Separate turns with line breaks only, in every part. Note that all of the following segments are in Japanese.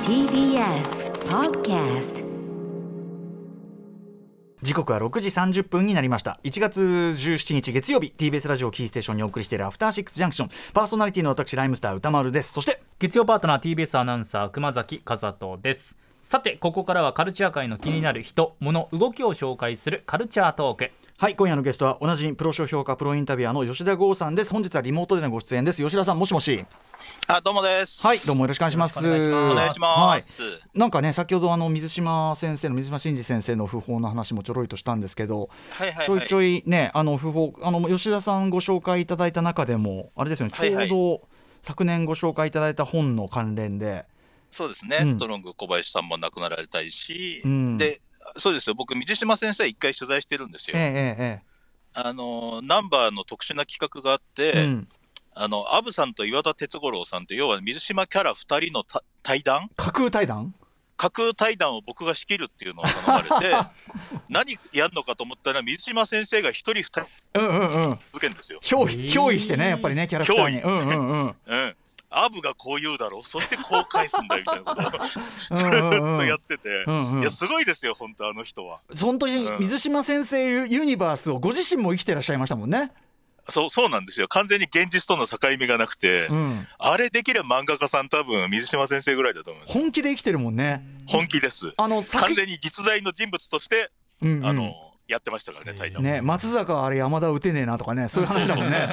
TBS Podcast
時刻は6時30分になりました1月17日月曜日 TBS ラジオキーステーションにお送りしているアフターシックスジャンクションパーソナリティの私ライムスター歌丸ですそして
月曜パートナー TBS アナウンサー熊崎和人ですさてここからはカルチャー界の気になる人物動きを紹介するカルチャートーク
はい今夜のゲストは同じプロ書評価プロインタビュアーの吉田剛さんです本日はリモートでのご出演です吉田さんもしもし
あ、どうもです。
はいどうもよろしくお願いします
よろしくお
お願いします。
はい、なんかね先ほどあの水島先生の水島真嗣先生の訃報の話もちょろりとしたんですけど
はいはいはい。
ちょいちょいね、あの訃報、あの吉田さんご紹介いただいた中でも、あれですよね、ち
はい
ょ
は
う
い
ど昨年ご紹介いただいた本の関連で、
そうですね、
うん
ストロング小林さんも亡くなられたいし、
うん
で、そうですよ、僕、水島先生、一回取材してるんですよ。
え
あの、ナンバーの特殊な企画があっ
ええ
て、
えええ、うん、
あの、アブさんと岩田哲五郎さんって、要は水島キャラ二人のた対談
架空対談
架空対談を僕が仕切るっていうのを頼 まれて、何やるのかと思ったら、水島先生が一人二人
うんうんうん、
続けるんですよ。
憑
え
依
ー
憑依してね、やっぱりね、キャラクターに。うんうんうん
うん。アブがこう言うだろう、そしてこう返すんだよみたいなことを ず
うんうん
っとやってて、
うんうん
いや、すごいですよ、本当あの人は。
本当に
うん
水島先生ユユニバースをご自身も生きてらっしゃいましたもんね。
そう、そうなんですよ。完全に現実との境目がなくて、
うん、
あれできれば漫画家さん多分、水島先生ぐらいだと思います。
本気で生きてるもんね。
本気です。
あの
完
先
全に実在の人物として、
うんうん
あの、やってましたからね、対談も。
ね、松坂あれ山田打てねえなとかねそういう話だもんね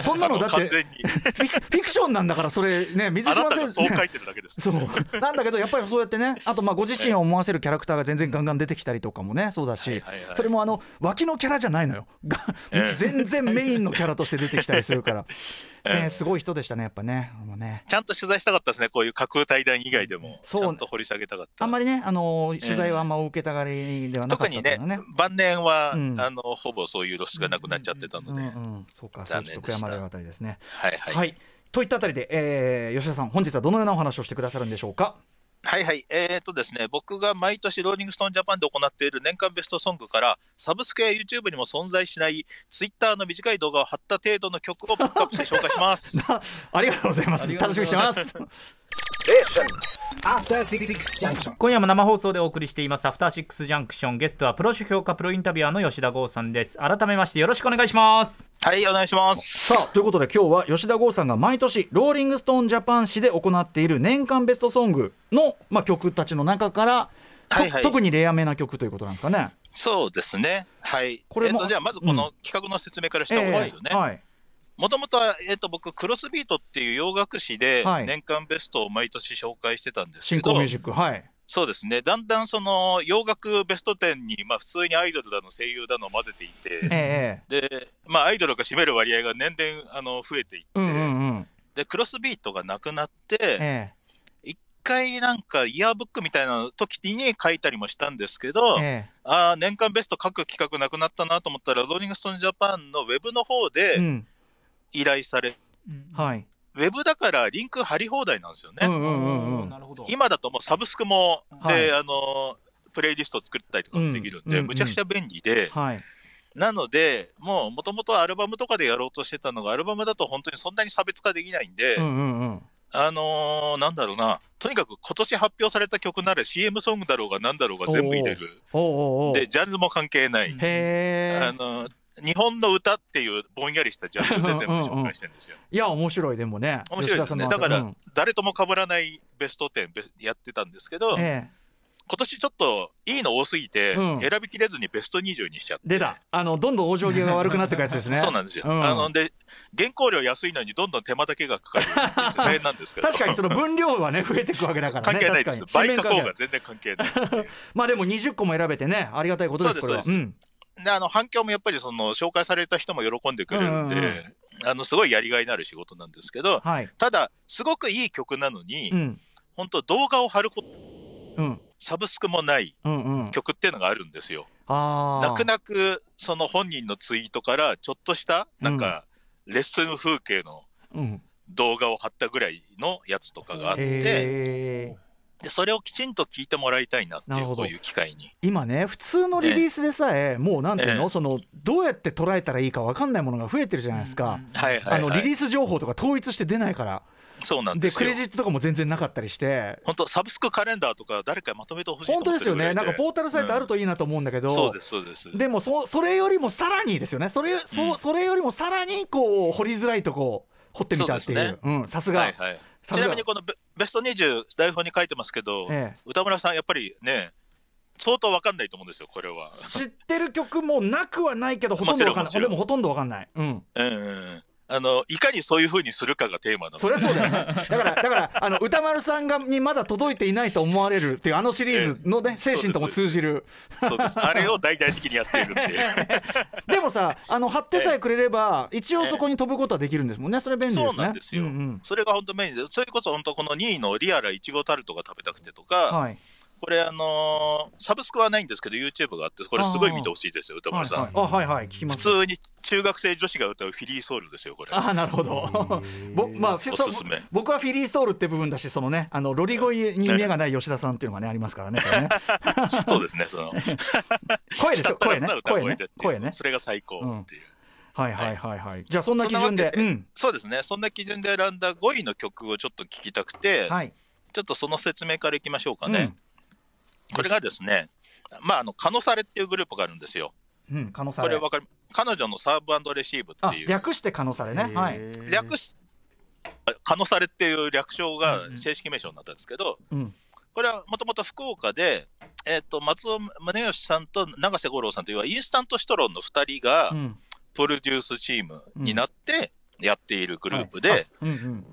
そんなのだっ
あ
て
完全に、
フィフィクションなんだからそれね水
あな
島
た
先
が
生
そう書いてるだけです。
そうなんだけどやっぱりそうやってねあとまあご自身を思わせるキャラクターが全然ガンガン出てきたりとかもねそうだし、
はいはいはい
それもあの脇のキャラじゃないのよ が
ええ
全然メインのキャラとして出てきたりする から、ねすごい人でしたねやっぱねもうね
ちゃんと取材したかったですね、こういう架空対談以外でも。
そう
ちゃんと掘り下げたかった。
あんまりねあの取材はあんま受けたがりではなかっ
特
た
に
ってい
ね
うのはね、
晩年は、
うん
あの、ほぼそういう露出がなくなっちゃってたので。
うんうん、そうかそう
残
ちょっ
念
と
でした
悔やまれるあたりですね
はいはい。
はい、といったあたりで、えー吉田さん本日はどのようなお話をしてくださるんでしょうか
はいはい。えーとですね、僕が毎年ローリングストーンジャパンで行っている年間ベストソングから、サブスクや YouTube にも存在しない、Twitter の短い動画を貼った程度の曲をピックアップして紹介 します。
ありがとうございま
あ
す
りが
楽し
と
み
う
に
ご
して
ざい
ま
ます
After Six Junction.
今夜も生放送でお送りしていますアフターシックスジャンクションゲストはプロ主評価プロインタビュアーの吉田剛さんです改めましてよろしくお願いします
はい、お願いします。
さあということで今日は吉田剛さんが毎年ローリングストーンジャパン誌で行っている年間ベストソングの、まあ、曲たちの中から、と
はいはい
特にレアめな曲ということなんですかね。
そうですね。はい。
これも
えーとじゃあ、まずこの企画の説明からした方がいいですよね。
はい、
もともとは、えーと、僕、クロスビートっていう洋楽誌で
はい、
年間ベストを毎年紹介してたんですけ
新
ど、
興ミュージックはい。
そうですね。だんだんその、洋楽ベスト10に、まあ、普通にアイドルだの、声優だのを混ぜていて、
ええ
で、まあ、アイドルが占める割合が年々あの増えていって、
うんうんうん。
でクロスビートがなくなって、
え
一回なんかイヤーブックみたいな時に書いたりもしたんですけ
え
ど、
え
あー年間ベスト書く企画なくなったなと思ったら、ローリングストーンジャパンのウェブの方
えう
で
ん
依頼され、
はい。
ウェブだからリンク貼り放題なんですよね。
うんうんうんうん。
るほど
今だともうサブスクも、
はい
で、あのプレイリストを作ったりとかもできる
うん
ん
うん
で、
うん
むちゃくちゃ便利で、
はい。
なので、もう、もともとアルバムとかでやろうとしてたのが、アルバムだと本当にそんなに差別化できないんで、
うんうんうん。
あのーなんだろうな、とにかく今年発表された曲なら CM ソングだろうがなんだろうが全部入れる。
おうおうおう。
で、
へ
ジャンルも関係ない。あ
え。
のー日本の歌っていうぼんやりしたジャンルで全部紹介してるんですよ。
いや面白いでもね。
面白いですね。だ
吉
か
田さ
ら、
んの後
誰とも被らないベスト10べやってたんですけど、
うんええ
今年ちょっといいの多すぎて、
うん
選びきれずにベスト20にしちゃって。
出た。あのどんどん往生際が悪くなってくるやつですね。
そうなんですよ。
うん
あので原稿料安いのにどんどん手間だけがかかるっていう大変なんですけど。
確かにその分量は ね増えていくわけだからね
関係ないです
確。かに
倍加工
紙面関
が
係
全然関係ないっていう。
まあでも20個も選べてねありがたいことです
そうです
これは
そう
うん
であの反響もやっぱりその紹介された人も喜んでくれるんで、
うんうん
あのすごいやりがいのある仕事なんですけど、
はい
ただ、すごくいい曲なのに、
うん
本当、動画を貼ること、
うん
サブスクもない
うんうん
曲っていうのがあるんですよ。
ああ
泣く泣く、その本人のツイートから、ちょっとした、なんか、レッスン風景の
うん
動画を貼ったぐらいのやつとかがあって、
えー
でそれをきちんと聞いてもらいたいなって
ないる
う、
ほど
こういう機会に。
今ね普通のリリースでさえもうなんていう
え
の
え
そのどうやって捉えたらいいかわかんないものが増えてるじゃないですか
はいはい、
あ
はい。
のリリース情報とか統一して出ないから
そうなんで
ですク
よ
レジットとかも全然なかったりして
本当サブスクカレンダーとか誰かまとめてほしいと
本当
思
です
ってる
よ
ぐら
ね
い
なんかポータルサイトあるといいなと思うんだけど、
うんそうですそうです
でもそそれよりもさらにですよねそれそ,、う
うん
それよりもさらにこう掘りづらいとこ掘ってみたっていう
そうですね
うんさすが、
はいはい
さ
ち
す
な
が
みにこのベベスト20台本に書いてますけど、
ええ
歌村さんやっぱりね相当わかんないと思うんですよこれは、
知ってる曲もなくはないけどほとんどわかん
も
な
ち
い
ろ
で
ん
もほとんどわかんないうん
うんうんうん、あのいかにそういうふうにするかがテーマなの
そりゃそうだよね だからだからあの歌丸さんがにまだ届いていないと思われるっていうあのシリーズのね精神とも通じる
そうですあれを大々的にやってい るっていう
でもさあの貼ってさえくれれば一応そこに飛ぶことはできるんですもんねそれ便利ですね
そうなんですよ、
うんうん
それが本当メインでそれこそ本当この2位のリアラいちごタルトが食べたくてとか、
はい
これあのーサブスクはないんですけど YouTube があってこれすごい見てほしいですよ歌
はい
丸さん、
はいあはいはい聞きま
普
す
通に中学生女子が歌うフィリーソウルですよこれ
ああなるほどぼ、まあ、フィ
おすす
そ
め
う僕はフィリーストールって部分だしそのねあのロリゴイに目がない吉田さんっていうのがねありますからねこ れね
そうですねその
声ですよ
たら
声ね
な歌
声
声
ね
でっていう
声ね
それが最高っていう、
はいはいはいはいじゃあそんな基準で
そんなわけで
うん
そうですねそんな基準で選んだ5位の曲をちょっと聞きたくて、
はい
ちょっとその説明からいきましょうかね、
ん
これがですねまああのカノサレっていうグループがあるんですよ
うん可能さ
これ
れ
わかり彼女のサーブレシーブっ
あ
ていう
略して可能されねはい
略しあカノサレっていう略称が
うんうん
正式名称になったんですけど、
うん
これはもともと福岡で、えー、と松尾宗義さんと永瀬五郎さんというインスタントシトロンの2人が
うん
プロデュースチームになってやっているグループで、
はいあうんうん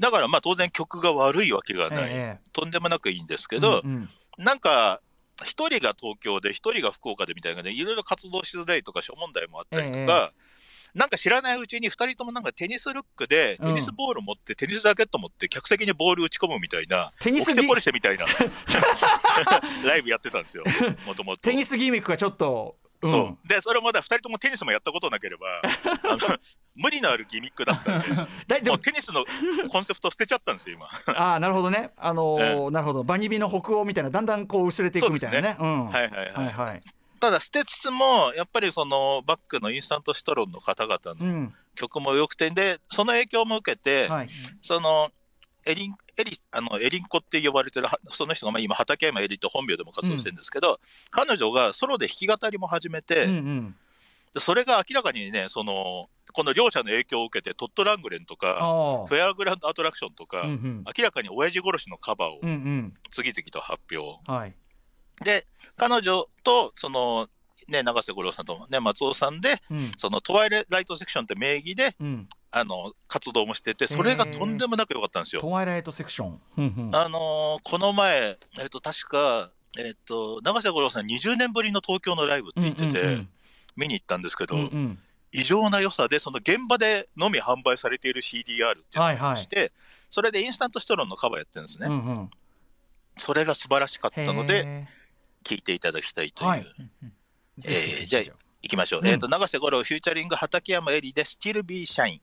だからまあ当然曲が悪いわけが
ええ
ない、
ええ
とんでもなくいいんですけど、
うんうん
なんか一人が東京で一人が福岡でみたいなねいろいろ活動しづらいとか諸問題もあったりとか、なんか知らないうちに2人ともなんかテニスルックで
うん
テニスボール持って、テニスラケット持って客席にボール打ち込むみたいな
テニス
オ
ギ
キテポルシェみた いなライブやってたんですよもともと
テ。ニスギミックがちょっとうん
そうでそれもだ2人ともテニスもやったことなければ あの無理のあるギミックだったんで
だ いで
も
も
うテニスのコンセプト捨てちゃったんですよ今。
ああなるほどねあのーなるほどバニビの北欧みたいなだんだんこう薄れていくみたいなねうん
は
はい
はいはい
いはい
ただ捨てつつもやっぱりそのバックのインスタントシトロンの方々
う
の
ん
曲もよくてでその影響も受けて、
はい
そのエリンエリあのエリンコって呼ばれてるはその人がまあ今畠山エリって本名でも活動してるんですけど、彼女がソロで弾き語りも始めて、
うんうん
でそれが明らかにねそのこの両者の影響を受けてトットラングレンとか
あ
フェアグランドアトラクションとか、
あうんうん
明らかに親父殺しのカバーを
うんうん
次々と発表、
はい
で彼女とそのね永瀬五郎さんと、ね、松尾さんで
うん
そのトワイライトセクションって名義で
うん
あの活動もしててそれがとんでもなく良かったんですよ。
トワイライトセクションうんうん
あのーこの前、えっと確か、えっと永瀬五郎さん20年ぶりの東京のライブって言ってて、
うんうんうん
見に行ったんですけど、
うんうん
異常な良さでその現場でのみ販売されている CDR っていうの
はいは
を
い
して、それでインスタントシトロンのカバーやってるんですね、
うんうん
それが素晴らしかったので
へ
聴いていただきたいという、
はいい、ー
えー
ぜひぜひ
じゃあいきましょう、
うん
えっと永瀬五郎フューチャリング畠山恵里で「Still Be Shine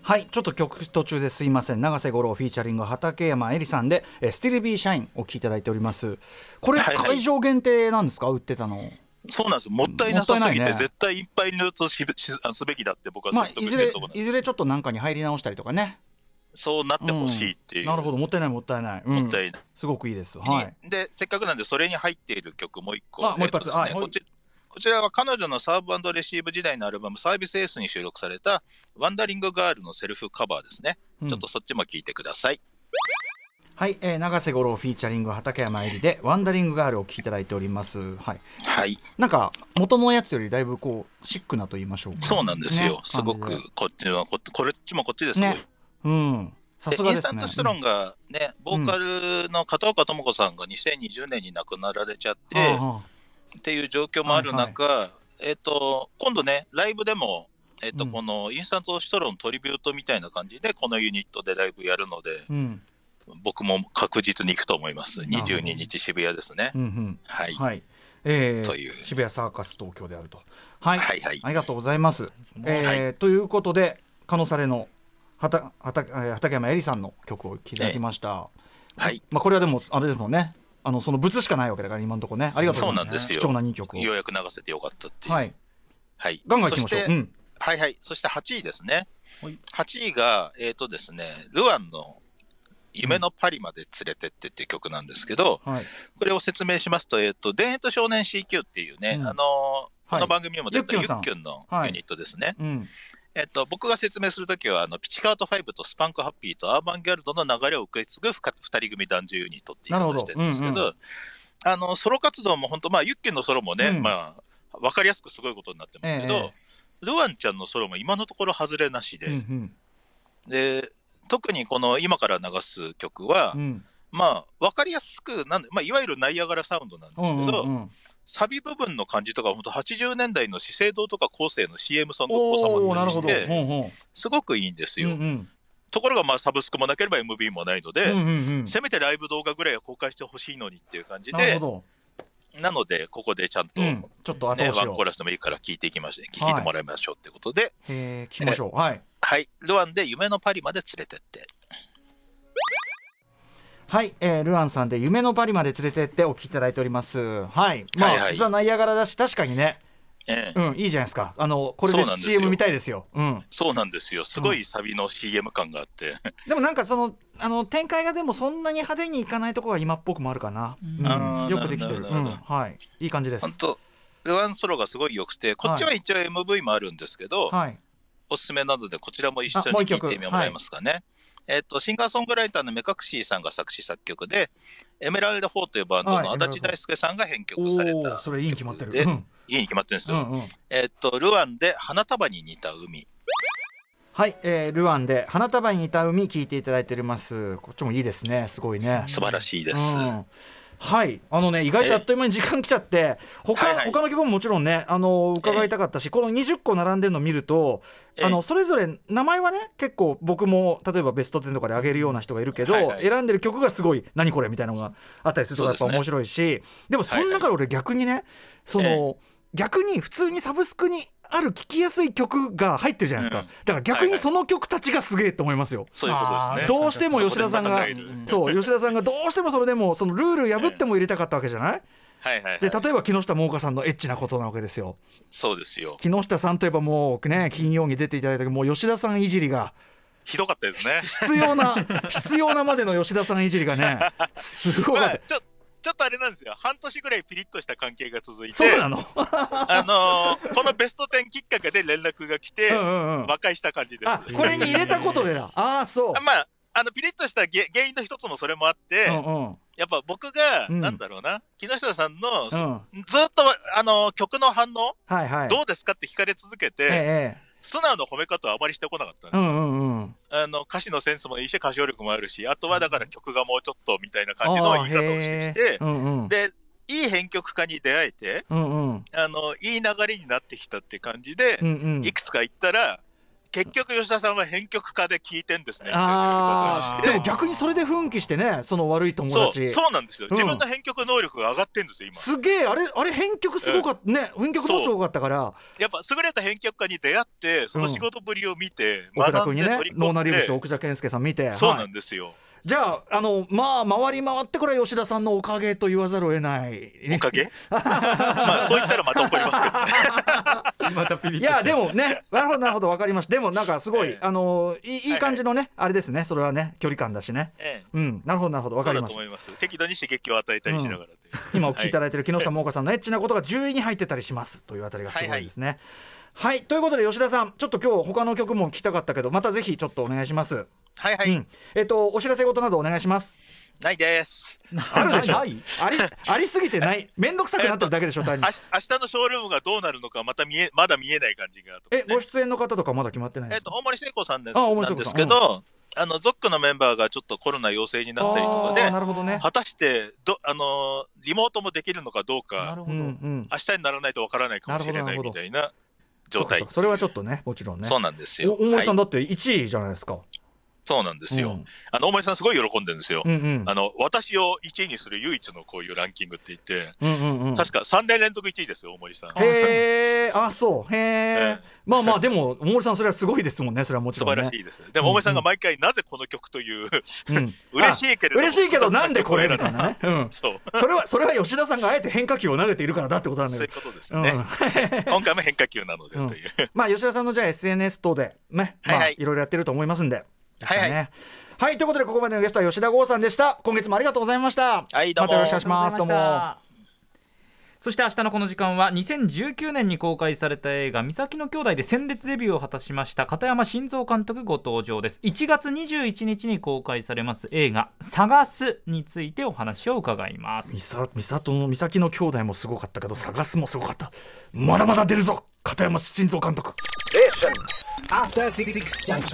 はいちょっと曲途中ですいません永瀬五郎フィーチャリング畠山恵里さんで「えースティルビーシャイン」お聴きいただいておりますこれ
はいはい
会場限定なんですか売ってたの、」
そうなんですもったいなさすぎ
もったいな
て
いね
絶対いっぱい流通ししすべきだって僕は
まあ
説得
い
し
ず
て
れ
るところなんです
いずれちょっとなんかに入り直したりとかね
そうなってほしいっていう、
なるほどもったいないもったいない、うん
もったいない
すごくいいですはい
でせっかくなんでそれに入っている曲もう一個
あもう一発
えっとですね
はい
こっちこちらは彼女のサーブレシーブ時代のアルバム「サービスエース」に収録された「ワンダリングガール」のセルフカバーですね、
うん
ちょっとそっちも聞いてください
はい、えー、永瀬五郎フィーチャリング畠山恵里で「ワンダリングガール」をお聴きいただいておりますはい
はい
なんか元のやつよりだいぶこうシックなと言いましょうか
そうなんですよ、
ね
すごくこっちのここっちもこっちですごい
ねうんさす
で
が
イン
で
スタ
す
ン
ね
トシトロンがね、ボーカルの片岡智子さんが2020年に亡くなられちゃって、
うんうん
っていう状況もある中、えっ、と、今度ね、ライブでも、えっ、と、
うん
このインスタントシトロントリビュートみたいな感じで、このユニットでライブやるので、
うん
僕も確実に行くと思います。
るほど
22日渋谷ですね。
うんうん
はい。
はい、えー
という
渋谷サーカス東京であるとはい、
はいはい
ありがとうございます、えー
は
ということで可能されのはたはたえー畠山恵里さんの曲を聴いていただきました、
はい。
まあ、これはでもあれですもんねあのその物しかないわけだから今のところねありがとう
そ
ご
う
ざ
ないん
ま
ですすよ。
貴重な2曲を
ようやく流せてよかったっていう。
は
はい。
いガンガンいきましょ、
そう
う
て
ん、
はいはい。そして8位ですね。
はい
8位が、えっとですね、ルアンの夢のパリまで連れてってっていう曲なんですけど、
はい、
これを説明しますと、えっ、と、電影と少年 CQ っていうね、
うん
あのーこの番組にも出た
ゆっきゅ
ゆっ
んさん
きゅんの
はい
ユニットですね。
うん、
えっと、僕が説明するときは、あの、ピチカート5とスパンクハッピーとアーバンギャルドの流れを受け継ぐふか二人組男女ユニットっていうことをしてるんですけど、
なるほど
あの、ソロ活動も本当まあ、ユッケンのソロもね、
うん
まあ、わかりやすくすごいことになってますけど、
え
ルアンちゃんのソロも今のところ外れなしで、
うんうん
で、特にこの今から流す曲は、
うん
まあ、わかりやすく、なんで、まあ、いわゆるナイアガラサウンドなんですけど、
うんうん
サビ部分の感じとか、本当80年代の資生堂とか後世の CM ソングっぽさも
おおな
あ
る
っ
ほ
たりし
ど、うん
て、
うん
すごくいいんです
う
よ。
んうん
ところが、まあ、サブスクもなければ MV もないので、
うんうんうん
せめてライブ動画ぐらいは公開してほしいのにっていう感じ
なる
で、
ほ
なので、ここでちゃんと、
ど、う
ね
ん、ちょっと後
ワ
押し
ン
を
コ、ラスでもいいから聞いていきましょう、聞いてもらいましょうってことで、
えー、聞きましょうはい
はい、ルアンで夢のパリまで連れてって。
はい、えールアンさんで夢のパリまで連れてってお聞きいただいておりますはいまあ、
はいはい
ザ・ナイアガラだし確かにね
ええ
うんいいじゃないですかあのこれ
そう
で
なんですよ
CM 見たいですようん
そうなんですよ。すごいサビの CM 感があって。
でもなんかそのあの展開がでもそんなに派手にいかないとこが今っぽくもあるかな、うん
あー
よくできてるう
なるほど
ん
なる
はいいい感じです
本当ルアンソロがすごい良くて、こっちは一応 MV もあるんですけど、
はい
おすすめなので、こちらも一緒
あ
に
もう一
聴い
曲
てみようもらえますかね。えっと、シンガーソングライターの目隠しさんが作詞作曲で、エメラルダ4というバンド
はい
の足立大輔さんが編
おお
曲された曲で、
ーそれいいに決まってるうん
いいに決まってるんです
う
よ。
んうん
えっと、ルアンで花束に似た海。
はい、えールアンで花束に似た海聞いていただいておりますこっちもいいですねすごいね
素晴らしいです。
うんはいあのね意外とあっという間に時間来ちゃって他,、
はいはい
他の曲ももちろんねあの伺いたかったし、この20個並んでるの見ると、
ええ
あのそれぞれ名前はね結構僕も例えばベスト10とかで上げるような人がいるけど、
はいはい
選んでる曲がすごい何これみたいなのがあったりすると
そう
やっ
で
ぱ
すね
面白いしで,、もその中で俺逆にね、その、
え
逆に普通にサブスクにある聴きやすい曲が入ってるじゃないですか、
うん
だから逆
はいは
に
い
その曲たちがすげえと思いますよ。
そういうことですね。
どうしても吉田さんが
そこ
そ
でまた投げる
う吉田さんがどうしてもそれでもそのルール破っても入れたかったわけじゃ ない
はいはい、
で
はい。
例えば木下桃花さんのエッチなことなわけですよ
そうですよ。
木下さんといえばもうね金曜に出ていただいた時もう吉田さんいじりが
ひどかったですね。
必要 な必要なまでの吉田さんいじりがねすごい
まあ、ちょちょっとあれなんですよ。半年ぐらいピリッとした関係が続いて、
そうなの
あのーこのベスト10きっかけで連絡が来て、
うんうんうん
和解した感じです。
あこれに入れたことでだああそう
あまあ、あのピリッとしたげ原因の一つもそれもあって、
うんうん
やっぱ僕が、
うん
なんだろうな、木下さんの、
うんは
ずっと、あのー曲の反応、
いはい
どうですかって聞かれ続けて、
え
素直な褒め方はあまりしてこなかったん
えう
ですよ、
んうんうん
あの歌詞のセンスもいいし、歌唱力もあるし、あとはだから曲がもうちょっとみたいな感じの言い方をしてき
あ、ーへ
て
ーうんうん
で、いい編曲家に出会えて、
うんうん
あの、いい流れになってきたって感じで
う、んうん
いくつか行ったら、結局吉田さんは編曲家で聴いてんですね、みたいな
あ
こ
あ
と
で
を
も
して。
逆にそれで奮起してねその悪い友
そう、
達
そうなんですよ。
うん
自分の編曲能力が上がってんですよ、今。
すげえあれあれ編曲すごかったね編曲もすごかったから
やっぱ優れた編曲家に出会って、その仕事ぶりを見て、
奥田
学
君
ん
に
で
ね
取り
ノー
込
ナ
ん
リウス
で、
奥田健介さん見て
そう
は
ないんですよ。
じゃああのまあ回り回ってこれは吉田さんのおかげと言わざるを得ない
お かげまあ、そう言ったらまた怒りますけどね。
またピリ
い
ッと
やでもねなるほどなるほどわかりましたでもなんかすごい
ええ
あのいいいい感じのねあれですねそれはね距離感だしね
ええ
うんなるほどなるほどわ
そ
か
う
り
だ
ま
と
した
思います。適度に刺激を与えたりしながらという
今お聞きいた
はい
だいている木下桃花さんのエッチなことが10位に入ってたりしますというあたりがすごいですね。はい、ということで吉田さんちょっと今日他の曲も聞きたかったけどまたぜひちょっとお願いします。
はいは
う
い
ん。えっとお知らせ事などお願いします。
ないです。
あるでしょ。あ
な
り
い
ありすぎて ない。めんどくさくなってるだけでしょ単に
あ。し明日のショールームがどうなるのかまた見えまだ見えない感じがとかね
えご出演の方とかまだ決まってないん
え
で
っ
すか
と。大森聖子さんです
あ大森
な
聖
ん
子
で
さん
すけど、あのゾックのメンバーがちょっとコロナ陽性になったりとか
あー
で、
なるほどね。
果たしてどあのーリモートもできるのかどう
な
か
るほ
う
ど、
んうん。
明日にならないとわからないかもしれ
な
な
る
い
ほど
みたいな状態
そうかそうかそれはちょっとねもちろんね。
そうなんです
お
よ
大森さん
はい
だって1位じゃないですか。
そうなんです
う
よ。
ん
あの、大森さんすごい喜んでるんですよ。
うんうん
あの、私を1位にする唯一のこういうランキングって言って、
うんうんうん
確か3年連続1位ですよ、大森さん。
へえあそうへえ
ええ
まあまあでも大森さんそれはすごいですもんねそれは もち
素
ろん
晴ら
ね
しいです。でも、大森さんが毎回なぜこの曲という、
うん
嬉しいけれども
嬉しいけどなんでこれみたいなねうん
そう、
それはそれは吉田さんがあえて変化球を投げているからだってことなんだ
そうい
け
う
ど
ことです
うん
ね。今回も変化球なのでという。
まあ吉田さんのじゃあ SNS 等でね、まあ
はいはい
い、ろいろやってると思いますんで。
はいはい
ねはいということでここまでのゲストは吉田剛さんでした。今月もありがとうございました。
はいどうも
またよろしくお願いします。どうも。
そして明日のこの時間は2019年に公開された映画「三崎の兄弟」で鮮烈デビューを果たしました片山晋三監督ご登場です1月21日に公開されます映画「探す」についてお話を伺います
みさみさとの美咲の兄弟もすごかったけど探すもすごかった。まだまだ出るぞ片山晋三監督。
After Six Junction.